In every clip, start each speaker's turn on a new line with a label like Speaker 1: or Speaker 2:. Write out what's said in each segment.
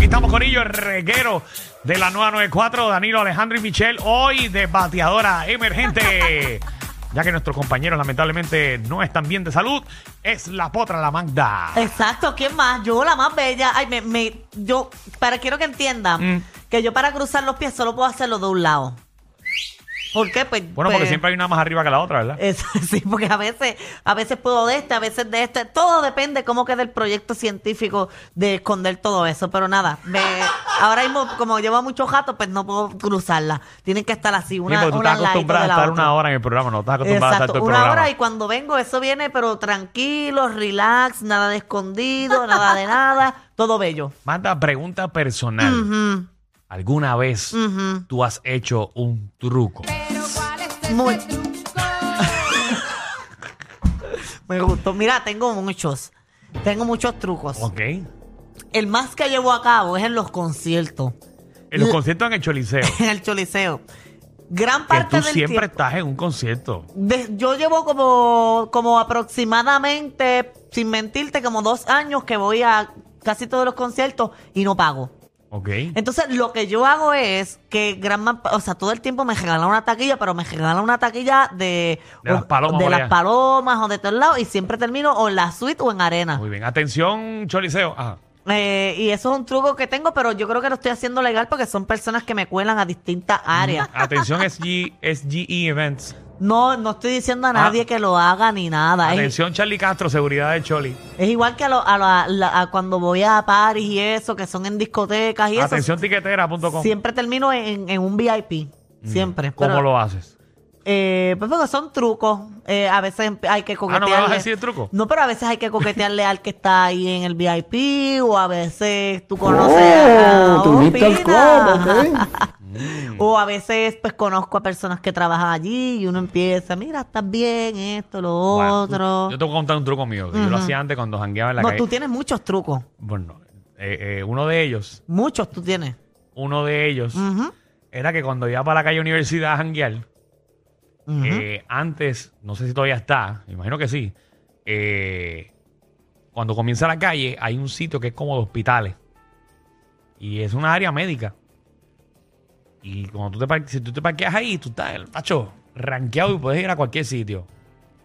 Speaker 1: estamos con ellos, el reguero de la 994, Danilo, Alejandro y Michelle, hoy de bateadora emergente. Ya que nuestros compañeros lamentablemente no están bien de salud, es la potra, la Magda.
Speaker 2: Exacto, ¿quién más? Yo, la más bella. Ay, me, me- yo, para quiero que entiendan
Speaker 1: Mm.
Speaker 2: que yo para cruzar los pies solo puedo hacerlo de un lado. ¿Por qué? Pues,
Speaker 1: Bueno, porque
Speaker 2: pues, eh,
Speaker 1: siempre hay una más arriba que la otra, ¿verdad?
Speaker 2: es- sí, porque a veces, a veces puedo de este, a veces de este. Todo depende cómo quede el proyecto científico de esconder todo eso. Pero nada, me, ahora mismo, como llevo muchos gatos, pues no puedo cruzarla. Tienen que estar así,
Speaker 1: Sí,
Speaker 2: una,
Speaker 1: porque tú
Speaker 2: una
Speaker 1: estás
Speaker 2: al ladito
Speaker 1: acostumbrada a
Speaker 2: de la
Speaker 1: estar
Speaker 2: otra.
Speaker 1: una hora en el programa, no estás acostumbrada a estar
Speaker 2: Exacto,
Speaker 1: todo el
Speaker 2: una
Speaker 1: programa.
Speaker 2: hora y cuando vengo eso viene pero tranquilo, relax, nada de escondido, nada de nada, todo bello.
Speaker 1: Magda, pregunta personal.
Speaker 2: Ujú,
Speaker 1: ¿Alguna vez
Speaker 2: ujú.
Speaker 1: tú has hecho un truco?
Speaker 2: Muy- Me gustó. Mira, tengo muchos. Tengo muchos trucos.
Speaker 1: ¿Ok? En
Speaker 2: El más que llevo a cabo es en los conciertos,
Speaker 1: los
Speaker 2: L-
Speaker 1: conciertos han hecho liceo.
Speaker 2: en el choliseo. Gran
Speaker 1: Que
Speaker 2: parte
Speaker 1: tú
Speaker 2: del
Speaker 1: siempre
Speaker 2: tiempo-
Speaker 1: estás en un concierto.
Speaker 2: de- yo llevo como, como aproximadamente, sin mentirte, como dos años que voy a casi todos los conciertos y no pago.
Speaker 1: ¿Ok?
Speaker 2: Entonces, lo que yo hago es que gran ma- o sea, todo el tiempo me regalan una taquilla, pero me regalan una taquilla de,
Speaker 1: De las palomas,
Speaker 2: de
Speaker 1: María.
Speaker 2: las palomas o de todos lados y siempre termino o en la suite o en arena.
Speaker 1: Muy bien. Atención, Choliseo. Ah, Ajá.
Speaker 2: Eh, y eso es un truco que tengo, pero yo creo que lo estoy haciendo legal porque son personas que me cuelan a distintas áreas.
Speaker 1: mm, Atención, SG, SGE E Events.
Speaker 2: No, no estoy diciendo a nadie
Speaker 1: Ah.
Speaker 2: que lo haga ni nada. Es,
Speaker 1: Atención, Charlie Castro, seguridad de Choli.
Speaker 2: es igual que a, lo- a la- la- a cuando voy a París y eso, que son en discotecas y
Speaker 1: Atención, tiquetera.com.
Speaker 2: eso. Siempre termino en, en un VIP. Siempre.
Speaker 1: Mm. ¿Cómo
Speaker 2: Pero-
Speaker 1: lo haces?
Speaker 2: Eh, pues porque son trucos. Eh, a veces hay que
Speaker 1: Ah, ¿no
Speaker 2: coquetearle.
Speaker 1: me vas a decir el truco?
Speaker 2: No, pero a veces hay que coquetearle al que está ahí en el VIP o a veces tú conoces a
Speaker 3: Oh, tú viste el
Speaker 2: Opina.
Speaker 3: cómo, ¿ok?
Speaker 2: Mm.
Speaker 1: Mm.
Speaker 2: O a veces pues conozco a personas que trabajan allí y uno empieza, mira, estás bien, esto, lo
Speaker 1: Bueno,
Speaker 2: otro.
Speaker 1: Yo te voy a contar un truco mío. que Yo lo
Speaker 2: Ujú.
Speaker 1: hacía antes cuando jangueaba en la
Speaker 2: no,
Speaker 1: calle.
Speaker 2: tú tienes muchos trucos.
Speaker 1: Bueno, eh, eh, uno de ellos,
Speaker 2: Muchos tú tienes.
Speaker 1: uno de ellos
Speaker 2: Ujú,
Speaker 1: era que cuando iba para la calle universidad a janguear,
Speaker 2: ujú.
Speaker 1: eh, antes, no sé si todavía está, me imagino que sí, eh, cuando comienza la calle hay un sitio que es como de hospitales y es una área médica. Y cuando tú te, par- si tú te parqueas ahí, tú estás, tacho, ranqueado y puedes ir a cualquier sitio.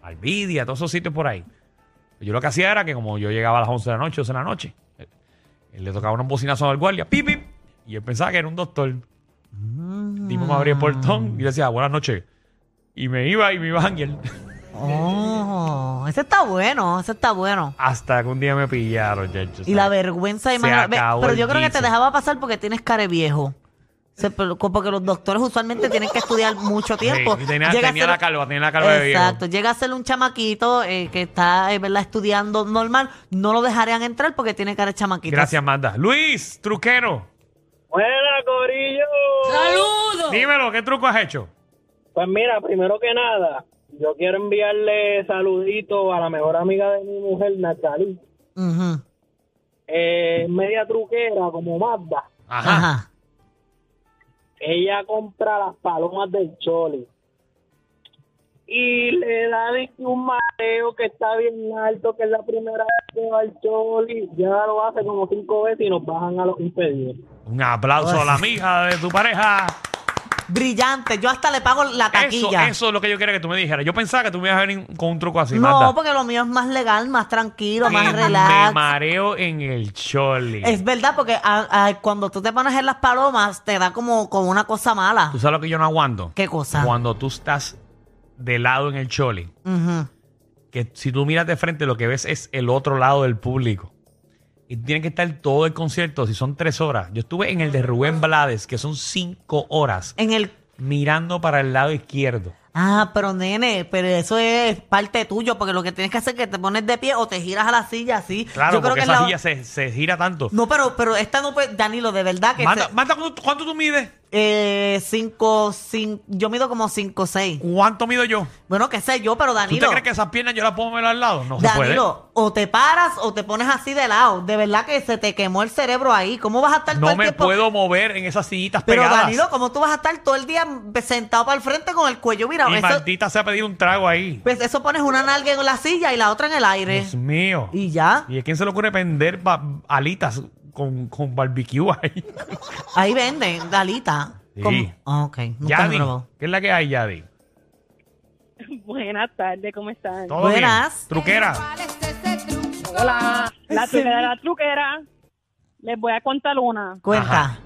Speaker 1: Alvidia, todos esos sitios por ahí. Yo lo que hacía era que como yo llegaba a las 11 de la noche, 12 de la noche, eh, él le tocaba un bocinazo al guardia, pip, pip, y él pensaba que era un doctor.
Speaker 2: Ah.
Speaker 1: El tipo me abría el portón y le decía, buenas noches. Y me iba y me iba a janguear. eh,
Speaker 2: Oh, ese está bueno, ese está bueno.
Speaker 1: Hasta que un día me pillaron, chacho.
Speaker 2: Y la vergüenza de
Speaker 1: Se
Speaker 2: mandar- ve,
Speaker 1: acabó
Speaker 2: Pero
Speaker 1: el
Speaker 2: yo creo que te
Speaker 1: guiso.
Speaker 2: dejaba pasar porque tienes care viejo. Se- pero- porque los doctores usualmente tienen que estudiar mucho tiempo.
Speaker 1: Sí, y tenía-
Speaker 2: pues, Llega a
Speaker 1: tenía
Speaker 2: ser-
Speaker 1: la calva, tenía la calva de viejo.
Speaker 2: Exacto. Llega a ser un chamaquito eh, que está eh, ¿verdad? estudiando normal. No lo dejarían entrar porque tiene cara de chamaquito.
Speaker 1: Gracias, Manda. Luis, truquero.
Speaker 4: Buena, Corillo.
Speaker 1: Dímelo, ¿qué truco has hecho?
Speaker 4: Pues mira, primero que nada, yo quiero enviarle saluditos a la mejor amiga de mi mujer, Natalie.
Speaker 2: Ujú.
Speaker 4: Eh, media truquera como Mazda.
Speaker 1: Ajá.
Speaker 2: Ajá.
Speaker 4: Ella compra las palomas del Choli. Y le da de que un mareo que está bien alto, que es la primera vez que va al Choli. Ya lo hace como cinco veces y nos bajan a los impedidos.
Speaker 1: Un aplauso a
Speaker 2: Pues.
Speaker 1: la amiga de tu pareja.
Speaker 2: Brillante. Yo hasta le pago la
Speaker 1: Eso,
Speaker 2: taquilla.
Speaker 1: eso es lo que yo quería que tú me dijeras. Yo pensaba que tú me ibas a venir con un truco así,
Speaker 2: no,
Speaker 1: Magda.
Speaker 2: porque lo mío es más legal, más tranquilo,
Speaker 1: Me-
Speaker 2: más
Speaker 1: Me
Speaker 2: relax.
Speaker 1: mareo en el choli.
Speaker 2: Es verdad, porque a- a- cuando tú te pones en las palomas, te da como, como una cosa mala.
Speaker 1: ¿Tú sabes lo que yo no aguanto?
Speaker 2: ¿Qué cosa?
Speaker 1: Cuando tú estás de lado en el choli,
Speaker 2: Ujú.
Speaker 1: que si tú miras de frente lo que ves es el otro lado del público. Y tiene que estar todo el concierto, si son tres horas. Yo estuve en el de Rubén Blades, que son cinco horas,
Speaker 2: En el.
Speaker 1: mirando para el lado izquierdo.
Speaker 2: Ah, pero nene, pero eso es parte tuyo, porque lo que tienes que hacer es que te pones de pie o te giras a la silla así.
Speaker 1: Claro, porque
Speaker 2: es
Speaker 1: esa
Speaker 2: la-
Speaker 1: silla se, se gira tanto.
Speaker 2: No, pero, pero esta no puede. Danilo, de verdad que.
Speaker 1: Manda,
Speaker 2: se-
Speaker 1: manda, ¿cuánto, cuánto tú mides?
Speaker 2: eh, cinco, cin- Yo mido como cinco, seis.
Speaker 1: ¿Cuánto mido yo?
Speaker 2: Bueno, qué sé yo, pero
Speaker 1: ¿Tú
Speaker 2: Danilo.
Speaker 1: te crees que esas piernas yo las puedo ver al lado? No se puede.
Speaker 2: Danilo, o te paras o te pones así de lado. De verdad que se te quemó el cerebro ahí. ¿Cómo vas a estar todo
Speaker 1: No
Speaker 2: el
Speaker 1: me
Speaker 2: tiempo?
Speaker 1: puedo mover en esas sillitas
Speaker 2: Pero
Speaker 1: pegadas.
Speaker 2: Danilo, ¿cómo tú vas a estar todo el día sentado para el frente con el cuello mirado?
Speaker 1: y
Speaker 2: Eso,
Speaker 1: maldita sea pedir un trago ahí.
Speaker 2: pues eso pones una nalga en la silla Eh. y la otra en el aire.
Speaker 1: Dios mío.
Speaker 2: Y ya.
Speaker 1: ¿Y a quién se le ocurre vender pa- alitas con, con barbecue ahí.
Speaker 2: Ahí venden, Dalita.
Speaker 1: Sí.
Speaker 2: Como- Ah, ok, nunca lo
Speaker 1: Yadi,
Speaker 2: probó.
Speaker 1: ¿qué es la que hay, Yadi?
Speaker 5: Buenas tardes, ¿cómo están?
Speaker 1: ¿Todo
Speaker 2: Buenas.
Speaker 1: bien? Truquera.
Speaker 5: Hola, la truquera, la truquera. Les voy a contar una.
Speaker 2: Cuenta.
Speaker 1: Ajá.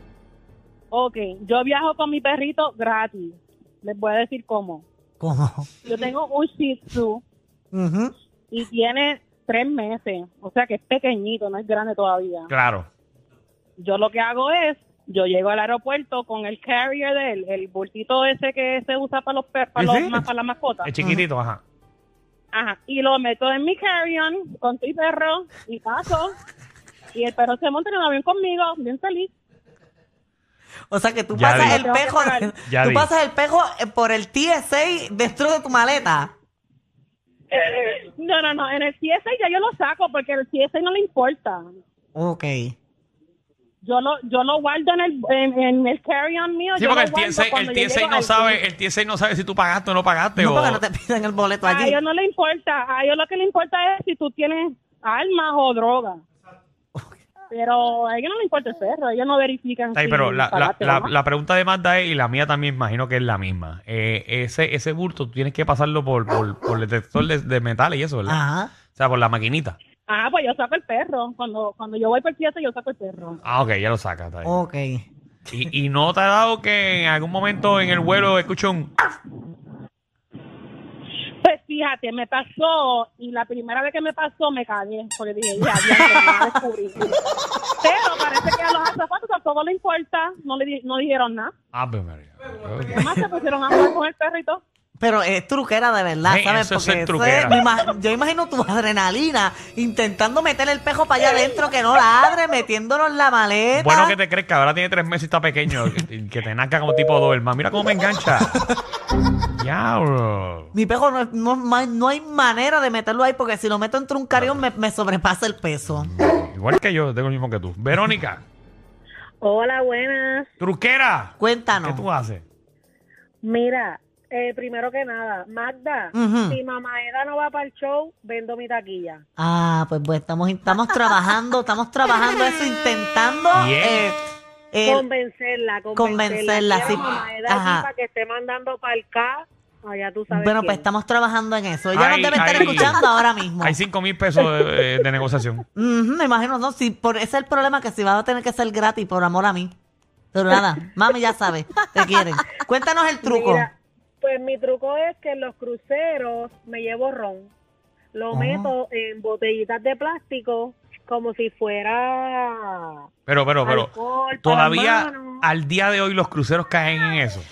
Speaker 5: Ok, yo viajo con mi perrito gratis. Les voy a decir cómo.
Speaker 2: ¿Cómo?
Speaker 5: Yo tengo un Shih Tzu
Speaker 2: Ujú.
Speaker 5: y tiene tres meses, o sea que es pequeñito, no es grande todavía.
Speaker 1: Claro.
Speaker 5: Yo lo que hago es, yo llego al aeropuerto con el carrier de él, el bultito ese que se usa para los perros, para,
Speaker 1: ¿Ese?
Speaker 5: los- para las mascotas.
Speaker 1: Es chiquitito, ajá.
Speaker 5: Ajá, y lo meto en mi carry-on con mi perro y paso. Y el perro se monta en el avión conmigo, bien feliz.
Speaker 2: O sea que tú
Speaker 1: Yadi.
Speaker 2: pasas el
Speaker 5: Tengo que
Speaker 2: pejo,
Speaker 5: pagar.
Speaker 1: Yadi.
Speaker 2: tú pasas el pejo eh, por el TSA dentro de tu maleta.
Speaker 5: No, no, no, en el CSI ya yo lo saco porque el CSI no le importa.
Speaker 2: Ok.
Speaker 5: Yo lo, yo lo guardo en el, en, en el carry-on mío.
Speaker 1: Sí,
Speaker 5: yo
Speaker 1: porque
Speaker 5: lo
Speaker 1: el
Speaker 5: guardo
Speaker 1: TSA,
Speaker 5: cuando
Speaker 1: el
Speaker 5: yo
Speaker 1: TSA
Speaker 5: llego
Speaker 1: no
Speaker 5: al-
Speaker 1: sabe, eh, el TSA no sabe si tú pagaste o no pagaste
Speaker 2: No
Speaker 1: o...
Speaker 2: porque no te piden el boleto
Speaker 5: A
Speaker 2: allí.
Speaker 5: ellos Ah, no le importa. A ellos lo que le importa es si tú tienes armas o droga. Pero a ellos no le importa el perro. Ellos no verifican.
Speaker 1: Ay,
Speaker 5: si
Speaker 1: pero la, la,
Speaker 5: pagaste o
Speaker 1: la,
Speaker 5: no.
Speaker 1: la pregunta de Magda es, y la mía también imagino que es la misma. Eh, ese, ese bulto tú tienes que pasarlo por, por, por el detector de, de metales y eso, ¿verdad?
Speaker 2: Ajá.
Speaker 1: O sea, por la maquinita.
Speaker 5: Ah, pues yo saco el perro. Cuando, cuando yo voy por el CSI, yo saco el perro.
Speaker 1: Ah, ok, ya lo sacas. está bien.
Speaker 2: Ok.
Speaker 1: Y, y no te ha dado que en algún momento en el vuelo escucho un...
Speaker 5: Pues fíjate, me pasó y la primera vez que me pasó me cagué porque dije, ya, ya, ya descubrí. Pero parece que a los azafatos tampoco le importa, no le di- no dijeron nada.
Speaker 1: Ah, pero María.
Speaker 5: Además se pusieron a jugar con el perrito.
Speaker 2: Pero es truquera de verdad,
Speaker 1: Sí,
Speaker 2: ¿sabes?
Speaker 1: eso es
Speaker 2: Porque
Speaker 1: ser
Speaker 2: eso
Speaker 1: truquera.
Speaker 2: es- me ima- yo imagino tu adrenalina intentando meter el pejo para allá adentro que no ladre, metiéndolo en la maleta.
Speaker 1: Bueno que te crezca, ahora tiene tres meses y está pequeño. que que te nazca como tipo Doberman. Mira cómo me engancha. Diablo.
Speaker 2: Mi pejo no, no, ma- no hay manera de meterlo ahí porque si lo meto entre un carión me, me sobrepasa el peso.
Speaker 1: Igual que yo, tengo el mismo que tú. Verónica,
Speaker 5: Hola, buenas.
Speaker 1: truquera. ¿Qué
Speaker 2: Cuéntanos.
Speaker 1: tú haces?
Speaker 5: Mira, eh, primero que nada, Magda,
Speaker 2: Ujú.
Speaker 5: si mamá Eda no va para el show, vendo mi taquilla.
Speaker 2: Ah, pues, pues estamos, estamos trabajando, estamos trabajando eso, intentando
Speaker 1: Bien.
Speaker 2: eh, eh,
Speaker 5: convencerla,
Speaker 2: convencerla, sí. Ajá.
Speaker 5: que esté mandando para el K. Allá tú
Speaker 2: Bueno,
Speaker 5: quién.
Speaker 2: pues estamos trabajando en eso. Ella
Speaker 1: Ay,
Speaker 2: nos debe estar
Speaker 1: ay.
Speaker 2: escuchando ahora mismo.
Speaker 1: Hay cinco mil pesos de, de negociación.
Speaker 2: Ujú, me imagino, no, si por ese es el problema que si va a tener que ser gratis por amor a mí. Pero nada, mami ya sabe, te quieren. Cuéntanos el truco.
Speaker 6: Mira, pues mi truco es que en los cruceros me llevo ron. Lo
Speaker 2: Ah.
Speaker 6: meto en botellitas de plástico como si fuera
Speaker 1: Pero, pero, pero.
Speaker 6: alcohol. para las
Speaker 1: Todavía Ah,
Speaker 6: manos.
Speaker 1: al día de hoy los cruceros caen en eso.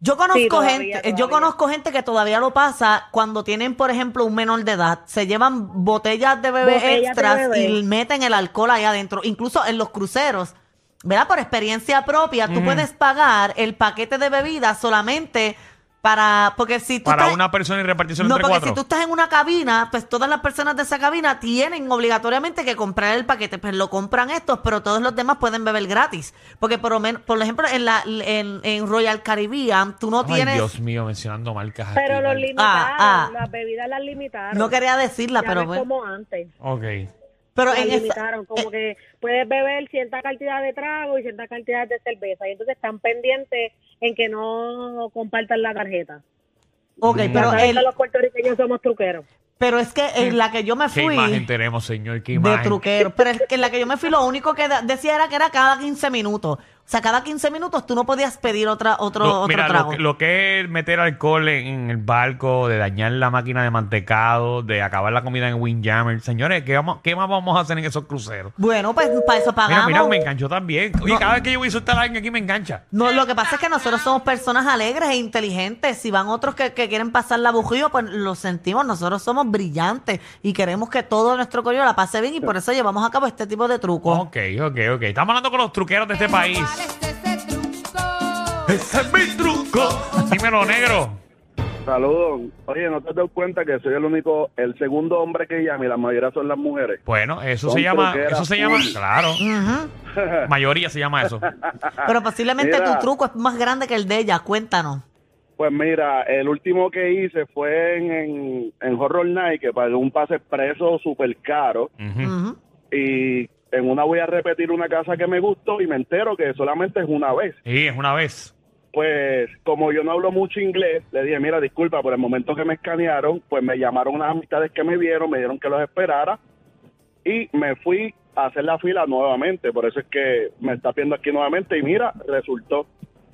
Speaker 2: Yo conozco
Speaker 6: Sí, todavía,
Speaker 2: gente, eh,
Speaker 6: todavía.
Speaker 2: yo conozco gente que todavía lo pasa cuando tienen, por ejemplo, un menor de edad, se llevan botellas de bebé
Speaker 6: Botellas de
Speaker 2: extras
Speaker 6: bebé.
Speaker 2: y meten el alcohol ahí adentro, incluso en los cruceros. ¿Verdad? Por experiencia propia, tú
Speaker 1: Ujú.
Speaker 2: puedes pagar el paquete de bebidas solamente para porque si tú
Speaker 1: Para
Speaker 2: estás-
Speaker 1: una persona y repartirse
Speaker 2: No,
Speaker 1: entre
Speaker 2: porque
Speaker 1: cuatro.
Speaker 2: si tú estás en una cabina, pues todas las personas de esa cabina tienen obligatoriamente que comprar el paquete. Pues lo compran estos, pero todos los demás pueden beber gratis. Porque por lo menos, por ejemplo, en la en, en Royal Caribbean, tú no
Speaker 1: Ay,
Speaker 2: tienes.
Speaker 1: Dios mío, mencionando marcas.
Speaker 6: Pero
Speaker 1: aquí,
Speaker 6: los
Speaker 1: vale.
Speaker 6: limitaron,
Speaker 2: ah.
Speaker 6: las bebidas las limitaron.
Speaker 2: No quería
Speaker 6: Ya
Speaker 2: decirla,
Speaker 6: no
Speaker 2: pero
Speaker 6: es
Speaker 2: bueno.
Speaker 6: como antes.
Speaker 1: Ok.
Speaker 2: Pero
Speaker 6: Las
Speaker 2: en esa-
Speaker 6: limitaron, como que puedes beber cierta cantidad de trago y cierta cantidad de cerveza. Y entonces están pendientes en que no compartan la tarjeta.
Speaker 2: ok,
Speaker 1: Mm.
Speaker 2: pero
Speaker 6: Saben que
Speaker 2: el-
Speaker 6: los puertorriqueños somos truqueros.
Speaker 2: pero es que en la que yo me
Speaker 1: ¿Qué
Speaker 2: fui
Speaker 1: imagen tenemos, señor? ¿Qué
Speaker 2: de
Speaker 1: imagen?
Speaker 2: truquero, pero es que en la que yo me fui lo único que da- decía era que era cada 15 minutos. O sea, cada 15 minutos tú no podías pedir otra otro
Speaker 1: Lo-
Speaker 2: otro
Speaker 1: mira, lo,
Speaker 2: trago.
Speaker 1: que- lo que es meter alcohol en, en el barco, de dañar la máquina de mantecado, de acabar la comida en Windjammer. Señores, ¿qué, vamos, ¿qué más vamos a hacer en esos cruceros?
Speaker 2: Bueno, pues para eso
Speaker 1: Mira,
Speaker 2: pagamos.
Speaker 1: mira, me enganchó también. Oye, cada vez que yo voy a insultar a alguien aquí me engancha.
Speaker 2: No, lo que pasa es que nosotros somos personas alegres e inteligentes. Si van otros que, que quieren pasar la bujía, pues lo sentimos. Nosotros somos brillantes y queremos que todo nuestro coño la pase bien y por eso llevamos a cabo este tipo de trucos.
Speaker 1: Ok, ok, ok. Estamos hablando con los truqueros de este país. ¡Ese es mi truco! Dímelo, negro.
Speaker 7: Saludos. Oye, ¿no te has dado cuenta que soy el único, el segundo hombre que llama y la mayoría son las mujeres?
Speaker 1: Bueno, eso
Speaker 7: Son
Speaker 1: se llama.
Speaker 7: truqueras
Speaker 1: Eso se llama.
Speaker 7: full.
Speaker 1: Claro.
Speaker 2: Ujú.
Speaker 1: Mayoría se llama eso.
Speaker 2: Pero posiblemente
Speaker 7: Ah, Mira.
Speaker 2: tu truco es más grande que el de ella. Cuéntanos.
Speaker 7: Pues mira, el último que hice fue en, en, en Horror Night, que pagué un pase expreso súper caro
Speaker 1: Ujú.
Speaker 2: Ujú.
Speaker 7: y en una voy a repetir una casa que me gustó y me entero que solamente es una vez.
Speaker 1: Sí, es una vez.
Speaker 7: Pues como yo no hablo mucho inglés, le dije, mira, disculpa, por el momento que me escanearon, pues me llamaron unas amistades que me vieron, me dieron que los esperara y me fui a hacer la fila nuevamente. Por eso es que me está viendo aquí nuevamente y mira, resultó.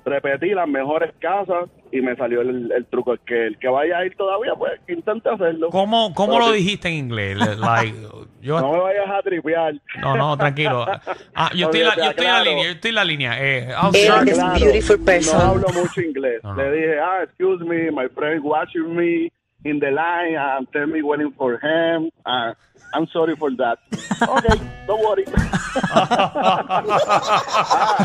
Speaker 7: Repetí las mejores casas y me salió el, el truco. El que, el que vaya a ir todavía, pues que intente hacerlo.
Speaker 1: ¿Cómo, cómo
Speaker 7: Pero
Speaker 1: lo
Speaker 7: sí.
Speaker 1: dijiste en inglés? Le- like, yo-
Speaker 7: No me vayas a tripear.
Speaker 1: no, no, tranquilo. Ah, yo estoy, en la, yo estoy en la
Speaker 7: Olvídate,
Speaker 1: línea, yo estoy en la línea. Eh,
Speaker 7: Ah,
Speaker 1: outside.
Speaker 8: this beautiful person.
Speaker 7: No hablo mucho inglés.
Speaker 1: No, no.
Speaker 7: Le dije, ah, excuse me, my friend watching me in the line and tell me waiting for him. Ah, I'm sorry for that. okay, don't worry. Ah,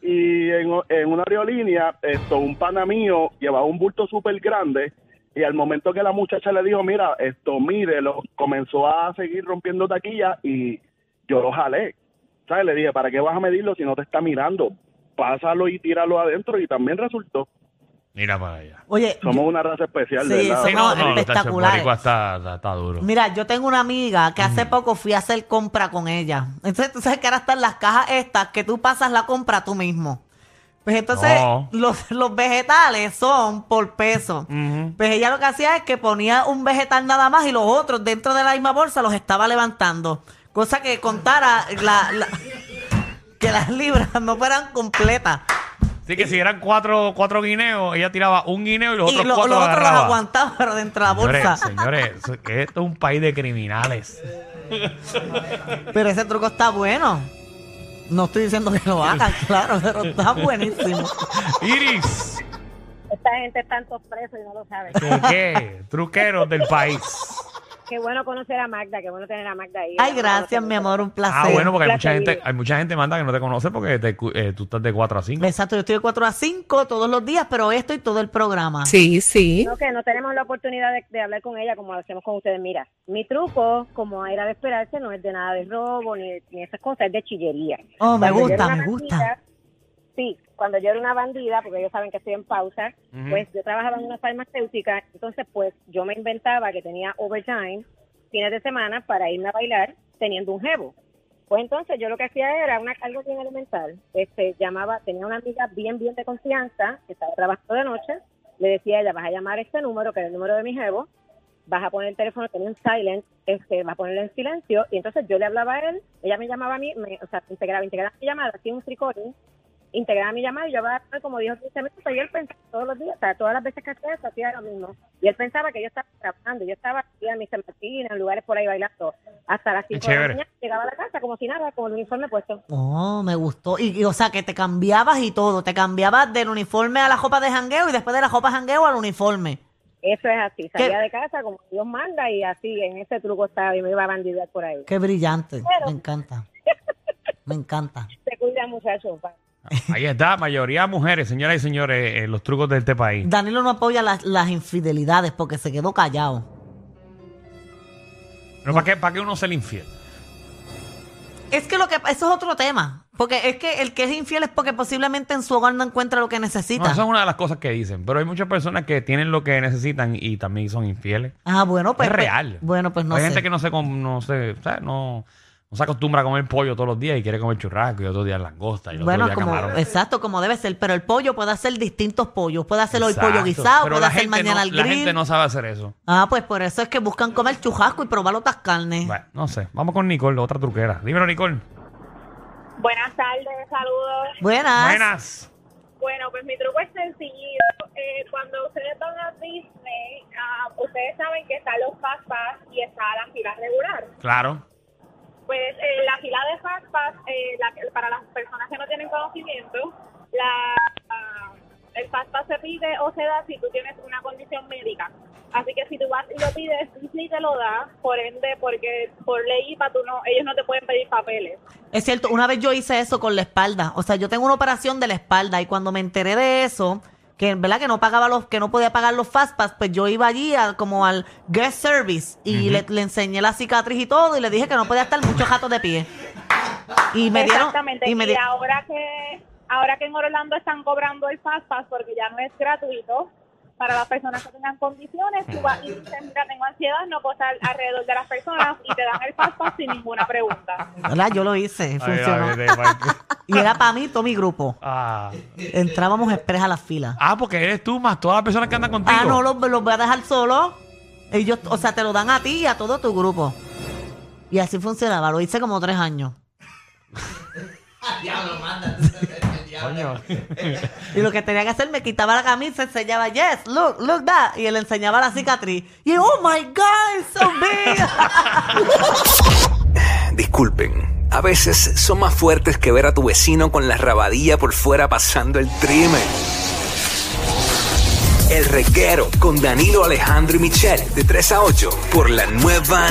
Speaker 7: y en, o- en una aerolínea, esto, un pana mío llevaba un bulto súper grande y al momento que la muchacha le dijo, mira, esto, mírelo, comenzó a seguir rompiendo taquilla y yo lo jalé. ¿Sabes? Le dije, ¿para qué vas a medirlo si no te está mirando? Pásalo y tíralo adentro y también resultó.
Speaker 1: Mira para allá.
Speaker 2: Oye,
Speaker 7: Somos una raza especial,
Speaker 2: Sí,
Speaker 7: de ¿verdad?
Speaker 1: Sí, no, no, no, tacho, el
Speaker 2: Espectaculares.
Speaker 1: boricua está, está, está duro.
Speaker 2: Mira, yo tengo una amiga que hace poco fui a hacer compra con ella. Entonces, tú sabes que ahora están las cajas estas que tú pasas la compra tú mismo. Pues entonces,
Speaker 1: No.
Speaker 2: los, los vegetales son por peso.
Speaker 1: Ujú.
Speaker 2: Pues ella lo que hacía es que ponía un vegetal nada más y los otros dentro de la misma bolsa los estaba levantando. Cosa que contara la- la- que las libras no fueran completas.
Speaker 1: Así que si eran cuatro, cuatro guineos, ella tiraba un guineo y los
Speaker 2: Y
Speaker 1: otros
Speaker 2: lo-
Speaker 1: cuatro
Speaker 2: los otros los
Speaker 1: agarraba.
Speaker 2: aguantaba, pero dentro de la bolsa.
Speaker 1: Señores, señores, eso- esto es un país de criminales.
Speaker 2: Pero ese truco está bueno. No estoy diciendo que lo hagan, claro, pero está buenísimo.
Speaker 1: Iris,
Speaker 5: Esta gente está en todos presos y no lo sabe.
Speaker 1: truque, truqueros del país.
Speaker 5: Qué bueno conocer a Magda, qué bueno tener a Magda ahí.
Speaker 2: Ay,
Speaker 5: Qué bueno
Speaker 2: gracias,
Speaker 5: conocer-
Speaker 2: mi amor, un placer.
Speaker 1: Ah, bueno, porque hay
Speaker 5: Placer,
Speaker 1: mucha gente,
Speaker 5: Iris.
Speaker 1: hay mucha gente manda que no te conoce porque te cu- eh, tú estás de 4 a 5.
Speaker 2: Exacto, yo estoy de 4 a 5 todos los días, pero hoy estoy todo el programa.
Speaker 8: Sí, sí.
Speaker 5: No, que no tenemos la oportunidad de, de hablar con ella como lo hacemos con ustedes. Mira, mi truco, como era de esperarse, no es de nada de robo ni, ni esas cosas, es de chillería.
Speaker 2: Oh, me
Speaker 5: Cuando yo
Speaker 2: gusta,
Speaker 5: era una
Speaker 2: me gusta.
Speaker 5: bandida, Sí, cuando yo era una bandida, porque ellos saben que estoy en pausa, pues yo trabajaba en una farmacéutica, entonces pues yo me inventaba que tenía overtime fines de semana para irme a bailar teniendo un jevo. Pues entonces yo lo que hacía era una, algo bien elemental, este, llamaba, tenía una amiga bien, bien de confianza, que estaba trabajando de noche, le decía a ella, vas a llamar a este número, que era el número de mi jevo, vas a poner el teléfono, tenía un silent, este, vas a ponerlo en silencio, y entonces yo le hablaba a él, ella me llamaba a mí, me- o sea, integraba, integraba mi llamada, hacía un recording, integraba mi llamada y yo hablaba con él como dijo 15 minutos y él pensaba todos los días, o sea, todas las veces que hacía eso hacía lo mismo. Y él pensaba que yo estaba trabajando, yo estaba aquí en mis Martín, en lugares por ahí bailando, hasta las 5 de la
Speaker 1: chévere.
Speaker 5: mañana, llegaba a la casa como si nada, con el uniforme puesto.
Speaker 2: Oh, me gustó. Y, y, o sea, que te cambiabas y todo. Te cambiabas del uniforme a la ropa de jangueo y después de la ropa de jangueo al uniforme.
Speaker 5: Eso es así,
Speaker 2: ¿Qué?
Speaker 5: salía de casa como Dios manda y así, en ese truco estaba y me iba a bandidear por ahí.
Speaker 2: Qué brillante.
Speaker 5: Pero-
Speaker 2: Me encanta. Me encanta.
Speaker 5: Se cuida muchachos. bye.
Speaker 1: Ahí está, mayoría mujeres, señoras y señores, eh, los trucos de este país.
Speaker 2: Danilo no apoya las, las infidelidades porque se quedó callado.
Speaker 1: Pero ¿para qué, para qué uno se le infiel?
Speaker 2: Es que lo que eso es otro tema, porque es que el que es infiel es porque posiblemente en su hogar no encuentra lo que
Speaker 1: No,
Speaker 2: necesita.
Speaker 1: esa es una de las cosas que dicen, pero hay muchas personas que tienen lo que necesitan y también son infieles.
Speaker 2: Ah, bueno, pues
Speaker 1: es
Speaker 2: pues-
Speaker 1: real.
Speaker 2: Bueno, pues no
Speaker 1: hay
Speaker 2: sé.
Speaker 1: gente que no se, com- no, se, o sea, no, no se acostumbra a comer pollo todos los días y quiere comer churrasco y otro día langosta y otro
Speaker 2: bueno,
Speaker 1: día
Speaker 2: como
Speaker 1: camarón.
Speaker 2: exacto, como debe ser, pero el pollo puede hacer distintos pollos, puede hacer hoy pollo
Speaker 1: Exacto.
Speaker 2: guisado,
Speaker 1: Pero
Speaker 2: puede
Speaker 1: la
Speaker 2: hacer
Speaker 1: gente
Speaker 2: mañana
Speaker 1: no-
Speaker 2: al
Speaker 1: La
Speaker 2: grill.
Speaker 1: gente no sabe hacer eso.
Speaker 2: Ah, pues por eso es que buscan comer chujasco y probar otras carnes.
Speaker 1: Bueno, no sé. Vamos con Nicole, otra truquera. Dímelo, Nicole.
Speaker 9: Buenas tardes, saludos.
Speaker 2: Buenas.
Speaker 1: Buenas.
Speaker 9: Bueno, pues mi truco es sencillito. Eh, cuando ustedes van a Disney, ah, ustedes saben que están los Fast Pass y está la fila regular.
Speaker 1: Claro.
Speaker 9: Pues eh, la fila de Fast Pass, eh, la- para las personas que no tienen conocimiento, la, ah, el Fast Pass se pide o se da si tú tienes una condición médica. Así que si tú vas y lo pides, Disney te lo da, por ende, porque por ley IPA tú no, ellos no te pueden pedir papeles.
Speaker 2: Es cierto, una vez yo hice eso con la espalda. O sea, yo tengo una operación de la espalda y cuando me enteré de eso, que en verdad que no pagaba los, que no podía pagar los fastpass, pues yo iba allí a- como al guest service y le, le enseñé la cicatriz y todo y le dije que no podía estar muchos gatos de pie. Y me dieron,
Speaker 9: Exactamente.
Speaker 2: y
Speaker 9: Y,
Speaker 2: me di-
Speaker 9: ahora que ahora que en Orlando están cobrando el Fast Pass porque ya no es gratuito,
Speaker 5: para las personas que tengan condiciones, tú vas y dices, mira, tengo ansiedad, no puedo estar alrededor de las personas y te dan el paspas sin ninguna pregunta.
Speaker 2: Hola, yo lo
Speaker 1: Ay,
Speaker 2: hice, funcionó.
Speaker 1: ay, de parte.
Speaker 2: Y era para mí todo mi grupo.
Speaker 1: ah.
Speaker 2: Entrábamos express a las filas.
Speaker 1: Ah, porque eres tú más todas las personas que andan contigo.
Speaker 2: Ah, no, los, los voy a dejar solo. Ellos, o sea, te lo dan a ti y a todo tu grupo. Y así funcionaba. Lo hice como tres años.
Speaker 1: Coño.
Speaker 2: Y lo que tenía que hacer, me quitaba la camisa, enseñaba, yes, look, look that. Y él enseñaba la cicatriz. Y yo, oh my God, it's so big.
Speaker 8: Disculpen, a veces son más fuertes que ver a tu vecino con la rabadilla por fuera pasando el trimmer. El reguero con Danilo Alejandro y Michel de 3 a 8 por la nueva